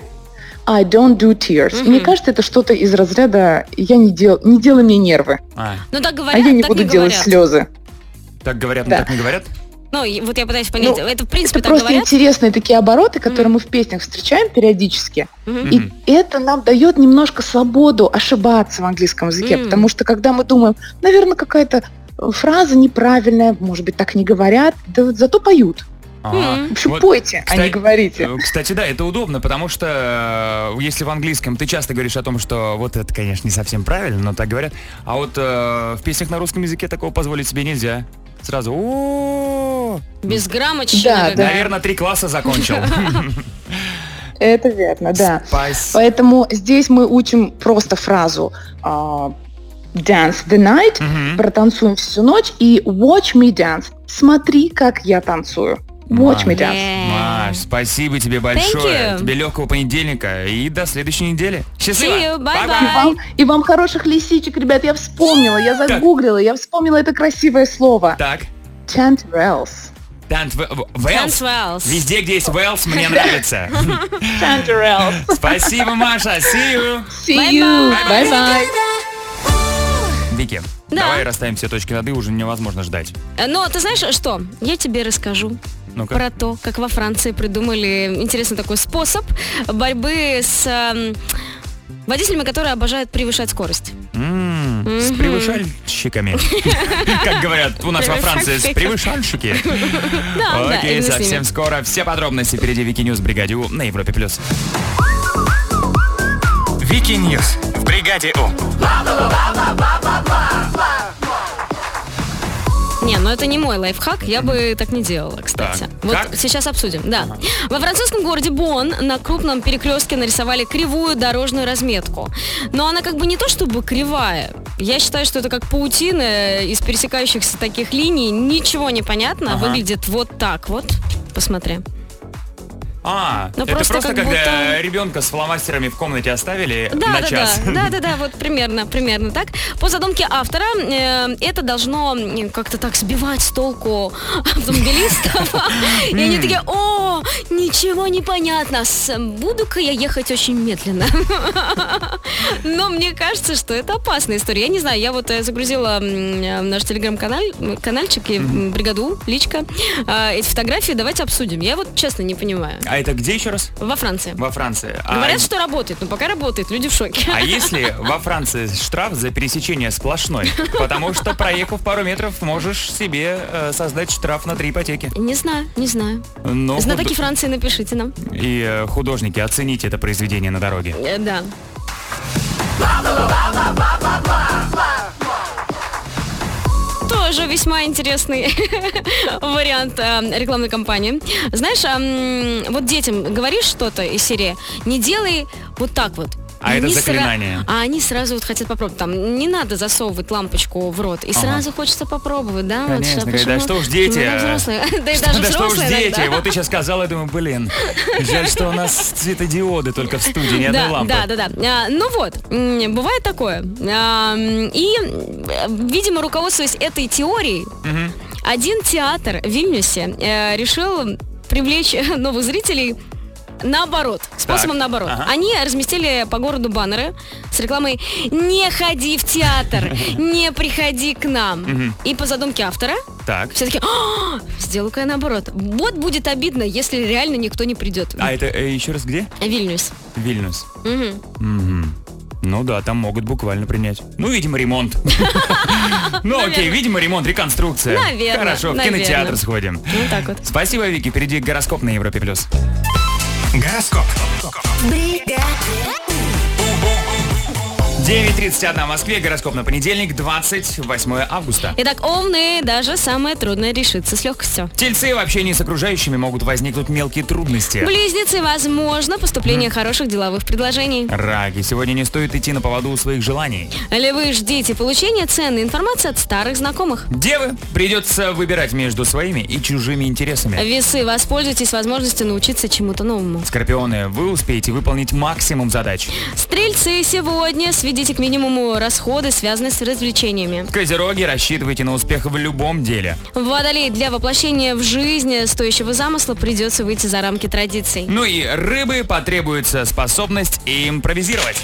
I don't do tears. Мне кажется, это что-то из разряда «я не, дел... не делай мне нервы»,
А,
Ну, так
а
говорят,
я не
так
буду
не
делать
говорят.
слезы.
Так говорят, но
Да.
так не говорят?
Ну, и вот я пытаюсь понять.
Ну,
это, в принципе,
Это
так
просто
говорят.
интересные такие обороты, которые мы в песнях встречаем периодически.
Мгм.
И это нам дает немножко свободу ошибаться в английском языке,
М.
потому что когда мы думаем, наверное, какая-то э, фраза неправильная, может быть, так не говорят, да вот зато поют.
Ага.
В общем,
Вот,
пойте, а
кстати,
не говорите.
э, Кстати, да, это удобно, потому что э, если в английском ты часто говоришь о том, что вот это, конечно, не совсем правильно, но так говорят, а вот э, в песнях на русском языке такого позволить себе нельзя. Сразу «О-о-о».
Безграмотщина. какая.
Наверное, три класса закончил.
Это верно, да.
Спасибо.
Поэтому здесь мы учим просто фразу а, dance the night, протанцуем всю ночь и watch me dance. Смотри, как я танцую. Watch me dance.
Маш, спасибо тебе большое.
you.
Тебе легкого понедельника и до следующей недели. Счастливо.
See you.
Bye-bye.
И вам, и вам хороших лисичек, ребят. Я вспомнила, я загуглила, я вспомнила это красивое слово.
Так.
Chanterelles.
Тант В- В- Вэлс.
Вэлс.
Везде, где есть Вэлс, мне нравится.
Chanterelles.
Спасибо, Маша. See you.
See you. Bye-bye.
Вики, давай расставим все точки над «и», уже невозможно ждать.
Э, Но ты знаешь что? Я тебе расскажу.
Ну-ка.
Про то, как во Франции придумали интересный такой способ борьбы с эм, водителями, которые обожают превышать скорость.
М, С
Мгм.
превышальщиками. Как говорят у нас во Франции, с превышальщики.
Да, да,
Окей,
именно с ними.
совсем скоро. Все подробности впереди Вики Ньюс в Бригаде У на Европе+. плюс. Вики Ньюс в Бригаде У.
Не, ну это не мой лайфхак, я бы так не делала, кстати.
Так,
Вот
как?
сейчас обсудим, да. Во французском городе Бон на крупном перекрестке нарисовали кривую дорожную разметку. Но она как бы не то чтобы кривая. Я считаю, что это как паутина из пересекающихся таких линий. Ничего не понятно, а
Ага.
выглядит вот так вот. Посмотри.
А,
Ну,
это
просто
просто
как будто-
когда ребенка с фломастерами в комнате оставили
Да,
на
да,
час.
да, да, да, да, вот примерно, примерно так. По задумке автора, э, это должно м, как-то так сбивать с толку автомобилистов И они такие, о, ничего не понятно, с- буду-ка я ехать очень медленно. Но мне кажется, что это опасная история. Я не знаю, я вот э, загрузила м, э, в наш телеграм-канал, м, канальчик и м, бригаду, личка, э, эти фотографии давайте обсудим. Я вот честно не понимаю.
А это где еще раз?
Во Франции.
Во Франции. А-
Говорят, что работает, но пока работает, люди в шоке.
А если во Франции штраф за пересечение сплошной? Потому что, проехав пару метров, можешь себе э, создать штраф на три ипотеки.
Не знаю, не знаю.
Но
Знатоки
худ-
Франции, напишите нам.
И э, художники, оцените это произведение на дороге.
Э, Да. Тоже весьма интересный вариант э, рекламной кампании. Знаешь, а, м, вот детям говоришь что-то из серии, не делай вот так вот.
А
И
это
они сра-
заклинание.
А они сразу вот хотят попробовать. Там не надо засовывать лампочку в рот. И
Ага.
сразу хочется попробовать, да? вот
Конечно,
что,
говорит, да
почему-
что уж дети.
Ну, да, взрослые. Да и даже
Да что уж
взрослые
дети,
иногда.
вот ты сейчас сказала, я думаю, блин, жаль, что у нас светодиоды только в студии, ни одной
Да,
лампы.
да, да, да. А, ну вот, м, бывает такое. А, м, и, э, видимо, руководствуясь этой теорией, один театр в Вильнюсе э, решил привлечь э, новых зрителей наоборот, способом наоборот. Они разместили по городу баннеры с рекламой «Не ходи в театр, не приходи к нам».
Мгм.
И по задумке автора
Так.
все таки «А, сделаю-ка я наоборот. Вот будет обидно, если реально никто не придет.
А это э, еще раз где?
Вильнюс.
Вильнюс.
Мгм.
Мгм. Ну да, там могут буквально принять. Ну, видимо, ремонт. Ну окей, видимо, ремонт, реконструкция.
Наверное,
Хорошо, в
наверное.
кинотеатр сходим.
Ну так вот.
Спасибо, Вики. Впереди гороскоп на Европе плюс. Гороскоп. 9.31 в Москве, гороскоп на понедельник, 28 августа.
Итак, овны даже самое трудное решится с легкостью.
Тельцы в общении с окружающими могут возникнуть мелкие трудности.
Близнецы, возможно, поступление хороших деловых предложений.
Раки, сегодня не стоит идти на поводу у своих желаний.
Львы, ждите получения ценной информации от старых знакомых.
Девы, придется выбирать между своими и чужими интересами.
Весы, воспользуйтесь возможностью научиться чему-то новому.
Скорпионы, вы успеете выполнить максимум задач.
Стрельцы, сегодня сведите к минимуму расходы, связанные с развлечениями.
Козероги, рассчитывайте на успех в любом деле.
Водолей, для воплощения в жизни стоящего замысла придется выйти за рамки традиций.
Ну и рыбы потребуется способность импровизировать.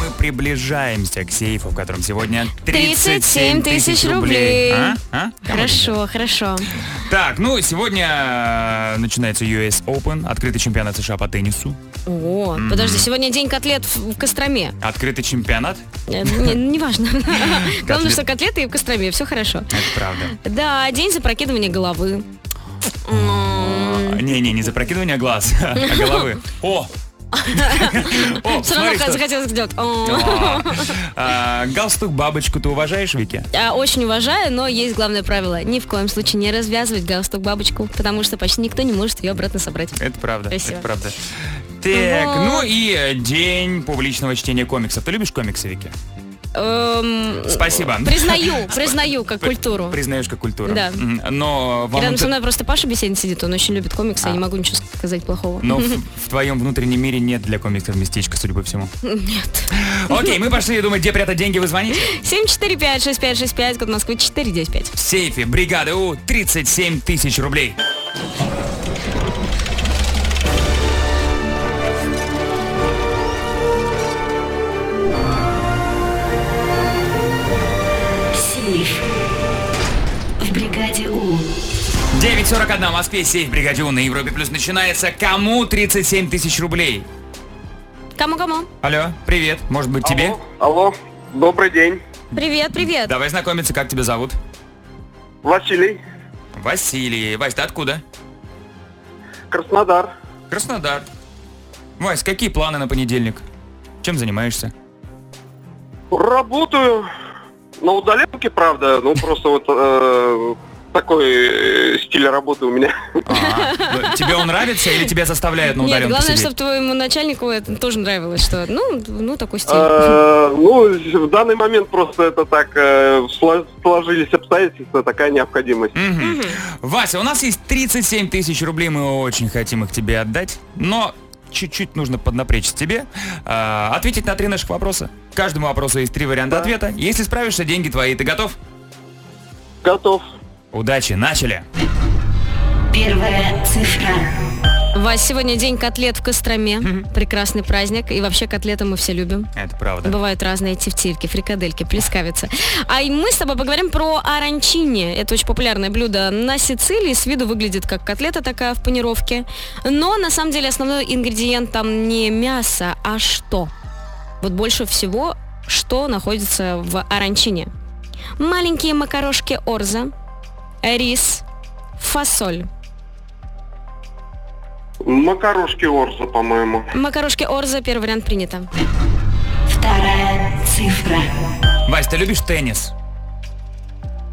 Мы приближаемся к сейфу, в котором сегодня 37 тысяч рублей. А? А?
Хорошо, хорошо.
Так, ну сегодня э, начинается US Open, открытый чемпионат США по теннису.
О,
Мгм.
подожди, сегодня день котлет в в Костроме.
Открытый чемпионат?
Э, Не, не важно. Главное,
Котлет.
что котлеты и в Костроме, все хорошо.
Это правда.
Да, день за прокидывание головы.
Не-не, не запрокидывание глаз, а головы. О! О,
Все равно
смотри, что-
захотелось сделать. О.
О. А, Галстук бабочку ты уважаешь, Вики?
А, Очень уважаю, но есть главное правило. Ни в коем случае не развязывать галстук бабочку, потому что почти никто не может ее обратно собрать.
Это правда,
Красиво.
это правда. Так,
Вот.
ну и э, день публичного чтения комиксов. Ты любишь комиксы, Вики?
Эм,
Спасибо.
Признаю, признаю как культуру.
Признаешь как культуру.
Да.
Мгм. Но
И
вам
Рядом
это-
со мной просто Паша Бесенин сидит, он очень любит комиксы,
А.
я не могу ничего сказать плохого.
Но в, в твоем внутреннем мире нет для комиксов местечка, судя по всему.
Нет.
Окей, мы пошли думать, где прятать деньги, вы звоните.
745-6565, код Москвы 495.
В сейфе бригады У 37 тысяч рублей.
Сейф. В бригаде У.
9.41 в Москве, сейф бригаде У на Европе Плюс начинается. Кому 37 тысяч рублей?
Кому-кому?
Алло, привет, может быть тебе?
Алло, добрый день.
Привет, привет.
Давай знакомиться, как тебя зовут?
Василий.
Василий. Вась, ты откуда?
Краснодар.
Краснодар. Вась, какие планы на понедельник? Чем занимаешься?
Работаю на удаленке, правда. Ну, просто вот э, такой э, стиль работы у меня.
Э, Тебе он нравится или тебя заставляют на
Нет,
удаленку
главное,
сидеть?
чтобы твоему начальнику это тоже нравилось, что ну, ну такой стиль.
Э, Ну, в данный момент просто это так э, сло- сложились обстоятельства, такая необходимость.
Мгм. Вася, у нас есть 37 тысяч рублей, мы очень хотим их тебе отдать, но чуть-чуть нужно поднапрячься тебе, э, ответить на три наших вопроса. К каждому вопросу есть три варианта ответа. Если справишься, деньги твои. Ты готов?
Готов.
Удачи, начали.
Первая цифра.
Вась, сегодня день котлет в Костроме. Прекрасный праздник. И вообще котлеты мы все любим.
Это правда.
Бывают разные тефтильки, фрикадельки, плескавицы. А и мы с тобой поговорим про аранчини. Это очень популярное блюдо на Сицилии. С виду выглядит как котлета такая в панировке. Но на самом деле основной ингредиент там не мясо, а что? Вот больше всего что находится в аранчине? Маленькие макарошки орза, рис, фасоль.
Макарошки Орса, по-моему.
Макарошки орза, первый вариант принято.
Вторая цифра.
Вась, ты любишь теннис?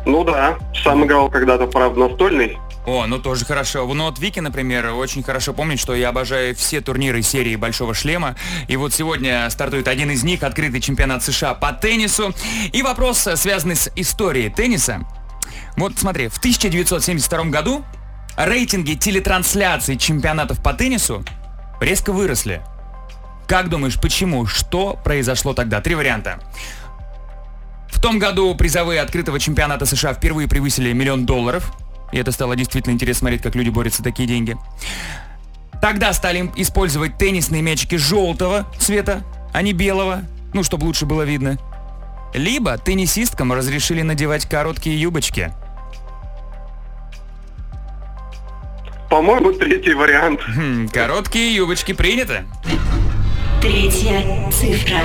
Ну да, сам играл когда-то, правда, настольный.
О, ну тоже хорошо. Ну вот Вики, например, очень хорошо помнит, что я обожаю все турниры серии Большого Шлема. И вот сегодня стартует один из них, открытый чемпионат США по теннису. И вопрос, э, связанный с историей тенниса. Вот смотри, в 1972 году рейтинги телетрансляций чемпионатов по теннису резко выросли. Как думаешь, почему? Что произошло тогда? Три варианта. В том году призовые открытого чемпионата США впервые превысили миллион долларов. И это стало действительно интересно смотреть, как люди борются за такие деньги. Тогда стали им использовать теннисные мячики желтого цвета, а не белого, ну, чтобы лучше было видно. Либо теннисисткам разрешили надевать короткие юбочки.
По-моему, третий вариант.
Хм, короткие юбочки принято.
Третья цифра.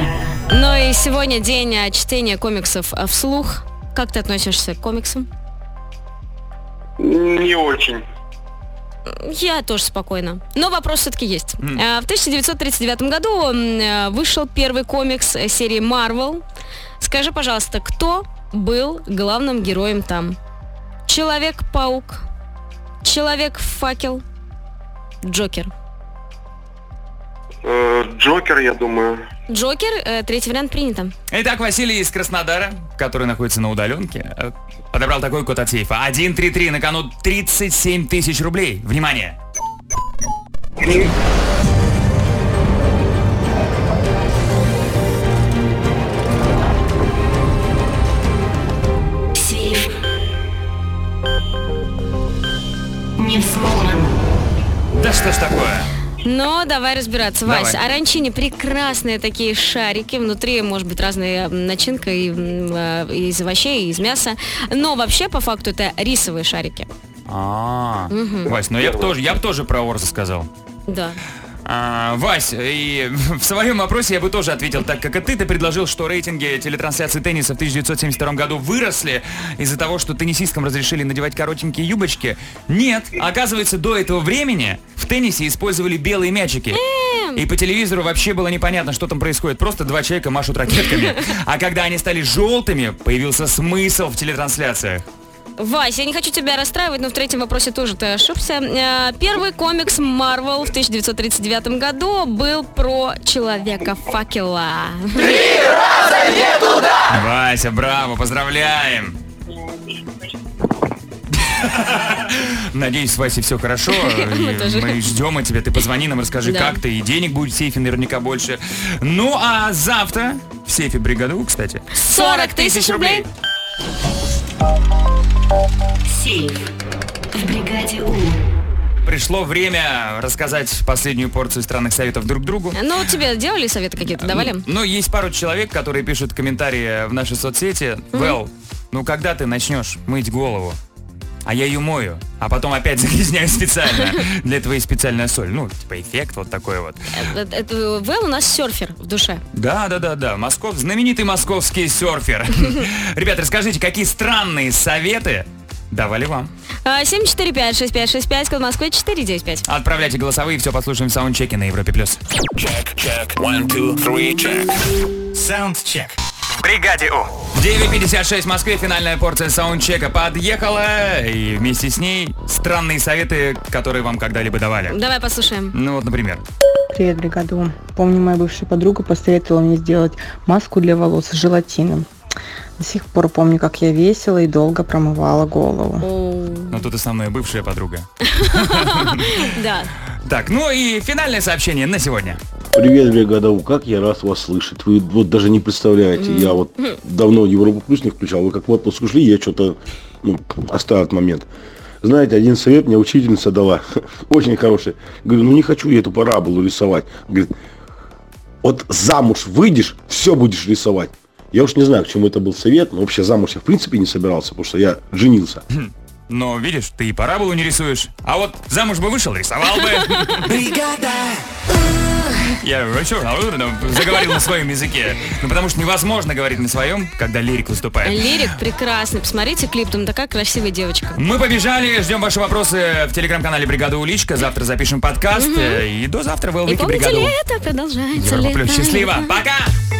Ну и сегодня день э, чтения комиксов э, вслух. Как ты относишься к комиксам?
Не очень.
Я тоже спокойно. Но вопрос все-таки есть. Э, В 1939 году м, э, вышел первый комикс э, серии Marvel. Скажи, пожалуйста, кто был главным героем там? Человек-паук, Человек-факел, Джокер.
Э, Джокер, я думаю.
Джокер, э, третий вариант принято.
Итак, Василий из Краснодара, который находится на удаленке, э, подобрал такой код от сейфа. 133, на кону 37 тысяч рублей. Внимание!
Сейф. Не взломан.
Да что ж такое?
Но давай разбираться.
Давай.
Вась, аранчини прекрасные такие шарики. Внутри может быть разная м, начинка и, м, э, из овощей, и из мяса. Но вообще, по факту, это рисовые шарики.
А,
Мгм.
Вась, ну я бы тоже, я бы тоже про Орза сказал.
Да.
А, Вась, и в своем вопросе я бы тоже ответил так, как и ты. Ты предложил, что рейтинги телетрансляции тенниса в 1972 году выросли из-за того, что теннисисткам разрешили надевать коротенькие юбочки. Нет, оказывается, до этого времени в теннисе использовали белые мячики. И по телевизору вообще было непонятно, что там происходит. Просто два человека машут ракетками. А когда они стали желтыми, появился смысл в телетрансляциях.
Вась, я не хочу тебя расстраивать, но в третьем вопросе тоже ты ошибся. Э, Первый комикс Marvel в 1939 году был про Человека-факела.
Вася, браво, поздравляем! Надеюсь, с Васей все хорошо.
Мы
И
тоже.
Мы ждем от тебя. Ты позвони нам, расскажи,
Да.
как ты. И денег будет в сейфе наверняка больше. Ну, а завтра в сейфе бригаду, кстати.
40 тысяч рублей.
Сейф. В бригаде У.
Пришло время рассказать последнюю порцию странных советов друг другу.
Ну, вот тебе делали советы какие-то, давали?
Ну, есть пару человек, которые пишут комментарии в нашей соцсети. Вэл, ну когда ты начнешь мыть голову? А я ее мою, а потом опять загрязняю специально. Для этого есть специальная соль. Ну, типа эффект вот такой вот.
Э, э, э, Вэл у нас серфер в душе.
Да, да, да, да. Москов, знаменитый московский серфер. Ребята, расскажите, какие странные советы давали вам?
А, 745-6565, код Москвы 495.
Отправляйте голосовые, все послушаем в саундчеке на Европе+. плюс.
Саундчек.
Бригаде У. 9.56 в Москве, финальная порция саундчека подъехала, и вместе с ней странные советы, которые вам когда-либо давали.
Давай послушаем.
Ну вот, например.
Привет, бригаду. Помню, моя бывшая подруга посоветовала мне сделать маску для волос с желатином. До сих пор помню, как я весело и долго промывала голову.
Но ну тут основная бывшая подруга.
Да.
Так, ну и финальное сообщение на сегодня.
Привет, бригада У, как я раз вас слышать. Вы вот даже не представляете, я вот давно Европу Плюс не включал, вы как в отпуск ушли, я что-то ну, остаток момент. Знаете, один совет мне учительница дала, очень хороший. Говорю, ну не хочу я эту параболу рисовать. Говорит, вот замуж выйдешь, все будешь рисовать. Я уж не знаю, к чему это был совет, но вообще замуж я в принципе не собирался, потому что я женился.
Но видишь, ты и параболу не рисуешь. А вот замуж бы вышел, рисовал бы. Я вообще а, ну, заговорил на своем языке. Ну потому что невозможно говорить на своем, когда лирик выступает.
Лирик прекрасный. Посмотрите клип, там такая красивая девочка.
Мы побежали, ждем ваши вопросы в телеграм-канале Бригада Уличка. Завтра запишем подкаст.
Мгм.
э, И до завтра в
И
Элвике
помните,
Бригаду.
лето продолжается.
Европа
лето,
Плюс. Счастливо.
лето.
Пока.